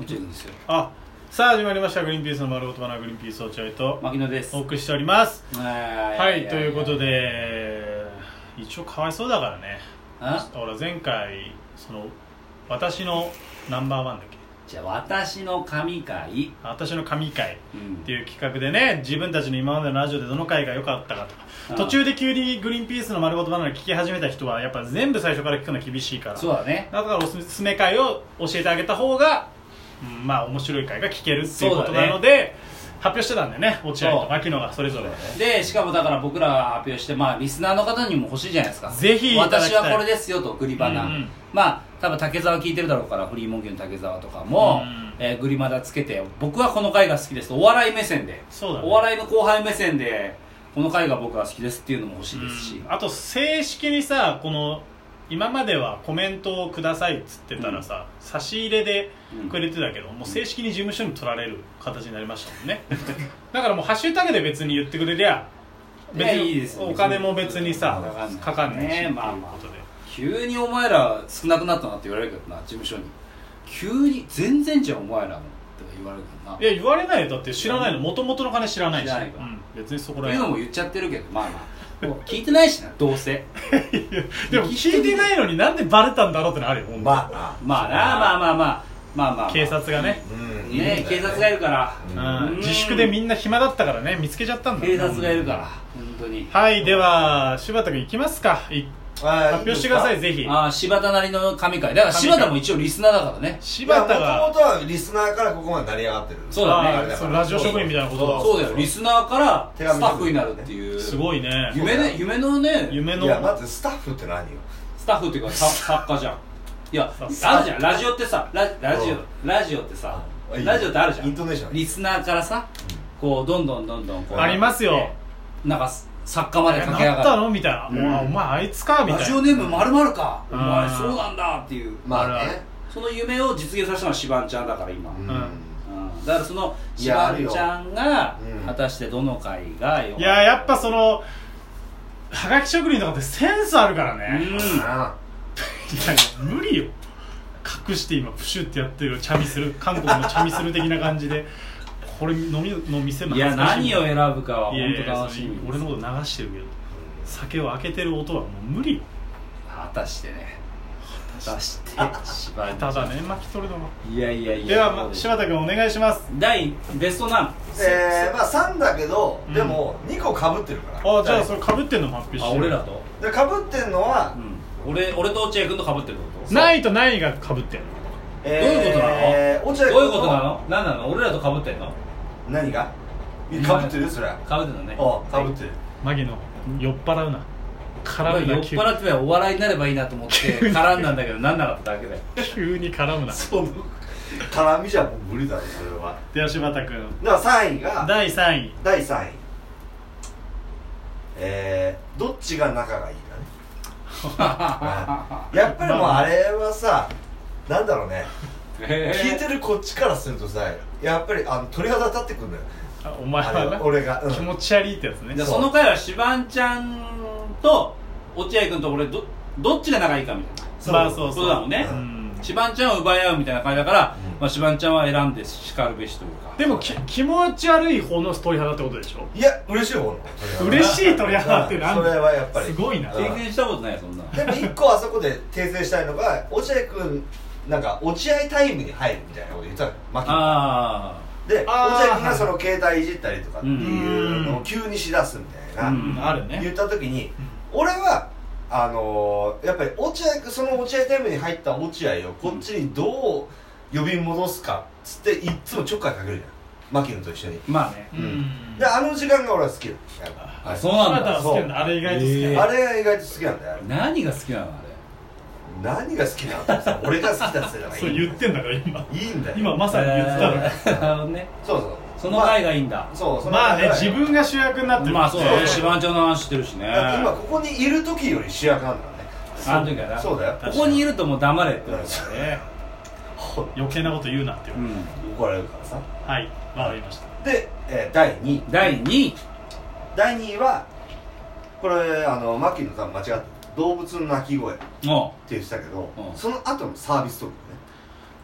宇宙ですよあさあ始まりました「グリーンピースの丸ごとバナグリーンピース落合」と牧野ですおは送りしておりますいはいということで一応かわいそうだからねあほら前回その私のナンバーワンだっけじゃあ私の神回、あ私の神回うんっていう企画でね自分たちの今までのラジオでどの回が良かったかとあか途中で急にグリーンピースの丸ごとバナナ聞き始めた人はやっぱ全部最初から聞くの厳しいからそうだねだからおすすめ会を教えてあげた方が、うんまあ面白い会が聞けるっていうことなので、発表してたんでね落合そとう牧野がそれぞれでしかもだから僕らが発表してまあリスナーの方にも欲しいじゃないですかぜひいただきたい私はこれですよとグリバナ、うんうんまあ多分竹澤聞いてるだろうからフリーモンキーの竹澤とかも、うんえーグリマダつけて僕はこの回が好きですとお笑い目線でそうだねお笑いの後輩目線でこの回が僕は好きですっていうのも欲しいですし、うんあと正式にさこの今まではコメントをくださいっつってたらさ、差し入れでくれてたけど、もう正式に事務所に取られる形になりましたもんね だからもうハッシュタグで別に言ってくれりゃ別いやいいですよお金も別にさかかんないかかんないし、ねままああいうまあことで急にお前ら少なくなったなって言われるけどな事務所に急に全然じゃんお前らもって言われるけどないや言われないよだって知らないの元々の金知らないし知らないからうん、別にそこっらていうの辺も言っちゃってるけどまあまあもう聞いてないしなどうせでも聞いてないのになんでバレたんだろうってのあるよ、ほんとまあまあなまあまあまあまあまあまあ警察がね、うんいいんだよね警察がいるからうんうんうん自粛でみんな暇だったからね見つけちゃったんだ警察がいるから本当にはいでは柴田君いきますかいはい発表してくださいぜひああ柴田なりの神回だから柴田も一応リスナーだからねい柴や田もともがとはリスナーからここまで成り上がってるそうだねあーそのラジオ職員みたいなことだそうだよリスナーから手紙スタッフになるっていうすごいね夢ね夢のね夢のいやまずスタッフって何よスタッフっていうか さ作家じゃんいや作家あるじゃんラジオってさララジうんオラジオってさあいいよラジオってあるじゃイントネーショんンリスナーからさこうどんどんどんどんこうありますよねなんか作家まで駆け上なったがるのみたいな、うんうわお前あいつかみラたいジなオネームまるまるかおうん前そうなんだっていうまああるあるねその夢を実現させたのはしばんちゃんだから今うんうんだからそのいしやばあるんよちゃんがうん果たしてどの回がよいややっぱそのはがき職人とかってセンスあるからうね、んあいや無理よ隠して今プシュってやってるチャミする韓国のチャミする的な感じでこれ飲み飲みせいや何をや選ぶかは本当楽しみです俺のこと流してるけど酒を開けてる音はもう無理よ果たしてね果たしてしばんちゃたんだね巻き取るのがいやいやいやではま柴田君お願いします第ベスト何えーまあ3だけどうんでも2個かぶってるからあじゃあそれかぶってんのも発表してあ俺らと、でかぶってんのはうん、俺俺と落合君と被ってるってことないとないがかぶってんのえーどういうことなの、落合君どういうことなの何なの俺らと被ってんの何がいやかぶってるよそれあ被ってんのねかぶってるマギの酔っ払うな俺絡む酔っな急払ってたらお笑いになればいいなと思って 絡んだんだけどなんなかっただけで急に絡むなそう絡みじゃもう無理だろそれはでは柴田君では3位が第3位第3位えーどっちが仲がいいかねやっぱりもうあれはさなんだろうね聞いてるこっちからするとさやっぱりあの鳥肌立ってくるのよあお前あはれなは俺が、うん気持ち悪いってやつねじゃあその回はシバンちゃんと落合君と俺どどっちが仲いいかみたいなそうまあそうそうだもんねんシバンちゃんを奪い合うみたいな回だから、うんまあ、シバンちゃんは選んでしかるべしというかでもき気持ち悪い方の鳥肌ってことでしょいや嬉しい方の鳥肌 嬉しい鳥肌ってなんそれはやっぱりすごいなうん経験したことないよそんなでも一個あそこで訂正したいのが落合君なんか落合タイムに入るみたいなこと言ってたの牧野あであー落合君がその携帯いじったりとかっていうのうをん急にしだすみたういな、んある言ねった時に俺はあのーやっぱり落合君その落合タイムに入った落合をこっちにどう呼び戻すかっつっていっつもちょっかいかけるじゃん牧野と一緒にあまあねうんであの時間が俺は好きだああそうなん柴田だは好きなんだあれ意外と好きなんだあれが意外と好きなんだよあれ何が好きなのあれ何が好きなのってさ俺が好きだって言ったらいいそう言ってんだから今いいんだよ今まさに言ってたのえにーなるほどねそうそうその回ががいいんだそうそのまあ回ねが自分が主役になってるまあそうだそねうシバンちゃんの話してるしねだって今あここにいる時より主役なんだねの時はなそうだよここにいるともう黙れって言われたねほ余計なこと言うなって言われうん怒られるからさたはいわかりましたで、えー第2位第2位第2位はこれあのマッキーの多分間違った動物の鳴き声っての言ってたけど、うんその後のサービストークね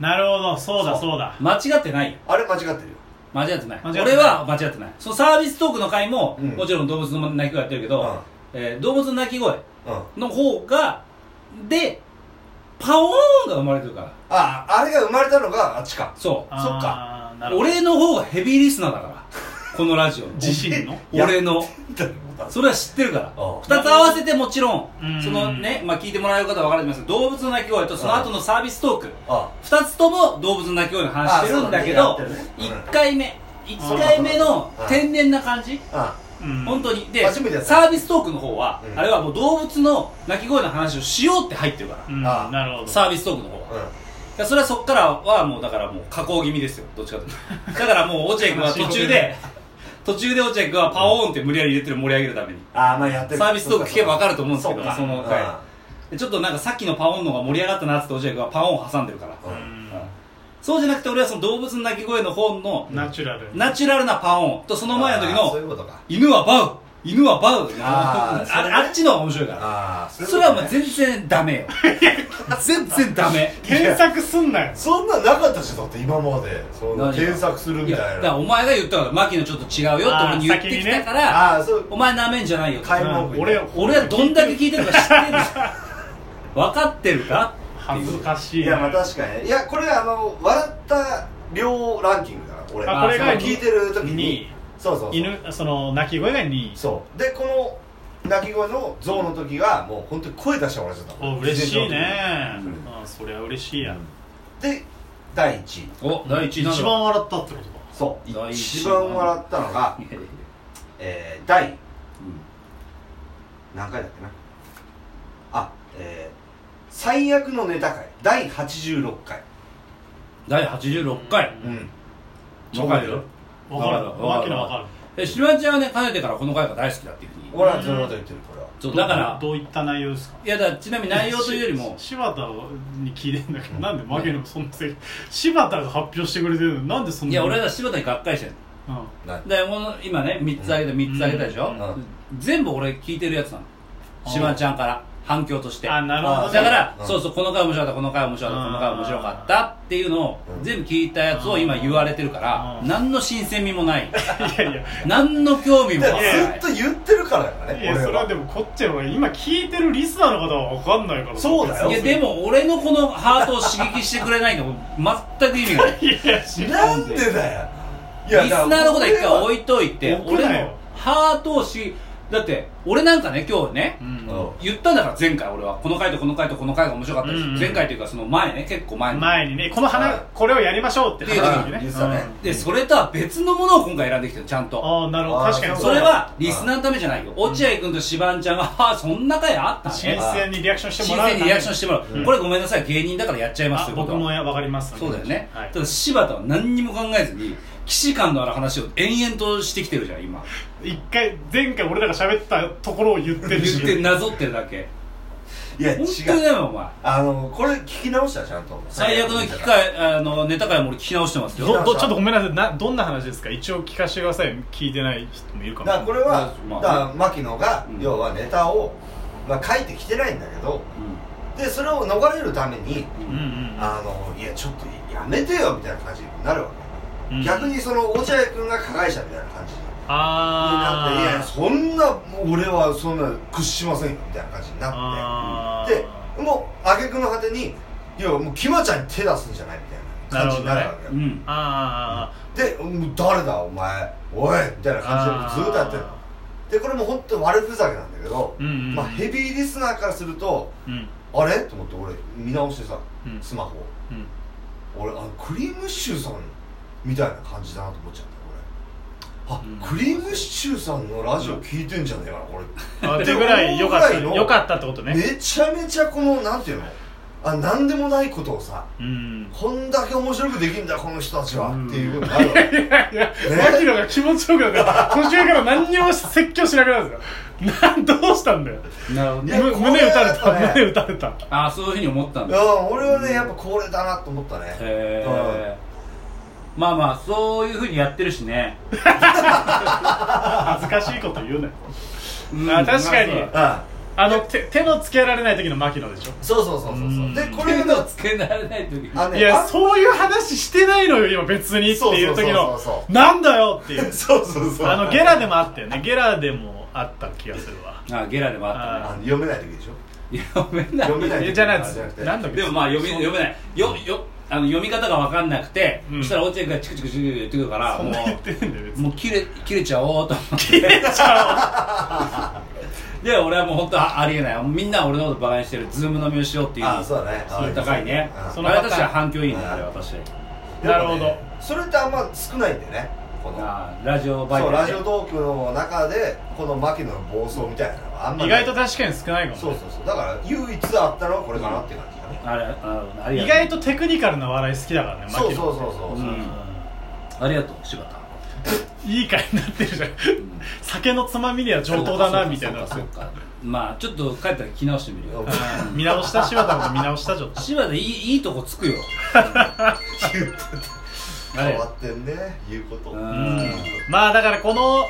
なるほどそうだそうだ間違ってないよあれ間違ってるよ間違ってない間違ってない俺は間違ってないそのサービストークの回も、うんもちろん動物の鳴き声やってるけど、うんえー動物の鳴き声うんあの方がでパオーンが生まれてるからああれが生まれたのがあっちか そうあーそっかなるほど俺の方がヘビーリスナーだからこのラジオの自身のいや俺のだからそれは知ってるからあ2つ合わせてもちろんうんそのね、まあ、聞いてもらえる方は分かると思いますけど動物の鳴き声とその後のサービストークあ2つとも動物の鳴き声の話してるんだけどあそうだねやってるねう1ん回目1回目のうん天然な感じあうん本当にで初めてやったサービストークの方はうんあれはもう動物の鳴き声の話をしようって入ってるかうんあーなるほどらサービストークの方はうんうんいやそれはそっからはもうだからもう加工気味ですよどっちかというとだからもう落合 君は途中で途中で落合君はパオーンって無理やり入れてる盛り上げるためにああまあやってるサービストーク聞けば分かると思うんですけそどうかその回でちょっとなんかさっきのパオーンの方が盛り上がったなっつって落合君はパオーン挟んでるからううんうんんそうじゃなくて俺はその動物の鳴き声の方のナチュラルナチュラルなパオーンとその前の時あーそういのうことか犬はバウ犬はバウああーそれねあっちの方が面白いからああそれはもう全然ダメよ全然ダメ検索すんなよそんなんなかったしだって今までそんな何が検索する みいやただいからなお前が言ったから牧野ちょっと違うよって俺に言ってきたから、ああそうお前なめんじゃないよ買いうん物俺俺はどんだけ聞いてるか知ってる 分かってるかって恥いずうかしいいやまあ確かにいやこれあの笑った量ランキングだから俺あこれがその聞いてる時2位にそうそうそう犬その鳴き声が2位そうでこの鳴き声の象の時がもう本当に声出してもらっちゃったお嬉しいねうんうんそりゃ嬉しいやで第1位お第一位なんだ一番笑ったってことかそ第う一位一番笑ったのが、えー、第何回だっけなあえー最悪のネタ会第86回第86回うん分かるよわかわるかるわかるわけのわかるえしばちゃんはねかねてからこの回が大好きだっていうふうに俺はずっと言ってるこれはそうだからどうどういった内容ですかいやだちなみに内容というよりもし柴田に聞いてんだけどなんでマゲのそんなせ柴田が発表してくれてるのになんでそんないや俺は柴田にがっかりしてるうんなでこの今ね3つあげた3つあげたでしょ、うんうん全部俺聞いてるやつなのあーしばちゃんから反響としてあなるほどねだから、うんそうそうこの回面白かったこの回面白かっうたんこの回面白かったっていうのをうん全部聞いたやつを今言われてるから、うん何の新鮮味もないいやいや何の興味もだ湧かからなずいっと言ってるからだからいねやそ俺れはでもこっちは今聞いてるリスナーの方は分かんないからそうだよいやでも俺のこのハートを刺激してくれないの全く意味がないいや知らなんでだよいリスナーのことは一回置いいといて僕俺だよのハートを刺激だって俺なんかね今日ね、うん言ったんだから前回俺はこの回とこの回とこの回が面白かったです、うんうん前回というかその前ね結構前に前にねこのはい花これをやりましょうって話の時ね言ってたねうんでそれとは別のものを今回選んできてるちゃんとああなるほどあー確かにそれはリスナーーのためじゃないよ落合君とシバンちゃんが「ああそんな回あった新ね鮮にリアクション」して新もらうため鮮にリアクションしてもらう、うんこれごめんなさい芸人だからやっちゃいますあよ僕も分かりますそうだよね、はいただ柴田は何にも考えずに既視感のある話を延々としてきてるじゃん今一回前回俺らが喋ったところを言って言るしってなぞってるだ けいや違本当にうだよお前あのこれ聞き直したちゃんと最悪の機会あのネタ会も俺聞き直してますよどどちょっとごめんなさいなどんな話ですか一応聞かせてください聞いてない人もいるかだもからこれはまあだから牧野がうん要はネタをまあ書いてきてないんだけどでそれを逃れるためにうんうんあのいやちょっとやめてよみたいな感じになるわうけん逆にその落合君が加害者みたいな感じになっていやあそんなもう俺はそんな屈しませんよみたいな感じにあなっあーてでもう挙句の果てにいやもうキマちゃんに手出すんじゃないみたいな感じになるわけようんうんあで「もう誰だお前おい」みたいなー感じでずーっとやってるでこれも本当に悪ふざけなんだけど、うんうんまあ、ヘビーリスナーからするとうんあれと思って俺見直してさうんスマホをうん俺あクリームシチューさんみたいな感じだなと思っちゃった俺あ、うんクリームシチューさんのラジオ聞いてんじゃねえかなこあれってぐらい良かっってた思うぐらいの良かったってことねめちゃめちゃこのなんていうのあなんでもないことをさうんこんだけ面白くできんだこの人たちは、うんっていうことになるわ いけやいや牧野が気持ちよくなった途中から何にも説教しなくなるんですよなんどうしたんだよなるほどいねやむこれ胸打たれやっぱねた胸打たれたああそういうふうに思ったんいだへや俺はねやっぱこれだなと思ったねえまあまあそういうふうにやってるしね、恥ずかしいこと言うなようんあ確かにまあああの手手のつけられない時の牧野でしょそうそうそうそうそうでこれ手の がつけられない時あのいねやあそういう話してないのよ今別にっていう時のそうそうそうそなんだよっていうそうそうそうあのゲラでもあったよねゲラでもあった気がするわあゲラでもあっあの読めない時でしたょねいや読めない読めないえ時じゃないあじゃなくてなんだっけでもまあ読み読めないよよあの読み方が分かんなくて、うんそしたら落合君がチクチクチクチク言ってくるからそもんな言っうてんだよ別に もう切れ切れちゃおうと思っ切れちゃてで俺はもう本当あありえないみんな俺のことバカにしてるズーム飲みをしようっていうあそうだねそれ高いねあそあのれパターン確かに反響いいねあれ私うなるほどそれってあんま少ないんだよねこのあラジオバイそうトラジオトークの中でこの牧野の暴走みたいなのはあんま意ない外と確かに少ないかそもうねそうそうだから唯一あったのはこれかなって感じだねあれあありが意とう外とテクニカルな笑い好きだからねそう牧そう野そうそううそうん ありがとう柴田いい回になってるじゃんん酒のつまみには上等だなみたいなそうかそうかそうかまあちょっと帰ったら着直してみるようん見直した柴田も見直したちょっと柴田いいいいとこつくよ言ってた変わってんね言うことうんうんまあだからこの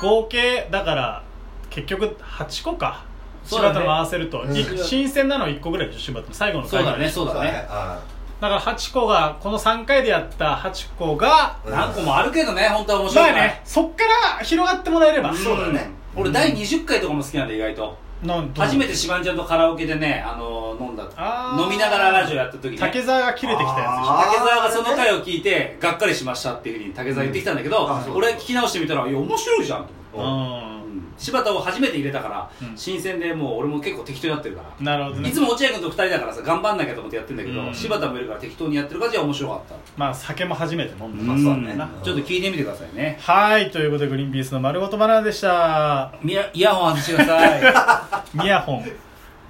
合計だから結局8個かそ柴うだね田の合わせると、うんい新鮮なの1個ぐらいでしょ柴田の最後のそう回だねそうだねあだから8個がこの3回でやった8個がうん何個もあるけどね本当は面白まいあねそっから広がってもらえれば、んそうだね俺第20回とかも好きなんで意外となん初めてて柴んちゃんとカラオケでねあの飲んだあー飲みながらラジオやった時ね竹沢が切れてきたやつでしょあー竹澤がその回を聞いてがっかりしましたっていうふうに竹澤言ってきたんだけど、うんあそう俺聞き直してみたらいや面白いじゃんとーうあ思って、ん柴田を初めて入れたから、うん新鮮でもう俺も結構適当になってるから、なるほどねいつも落合君と2人だからさ頑張んなきゃと思ってやってんだけど、うん柴田もいるから適当にやってる感じは面白かった、まあ酒も初めて飲んでまんすそかうらだねねちょっと聞いてみてくださいねはいということでグリーンピースの丸ごとバナナでしたみやイヤホン外してくださいミヤホン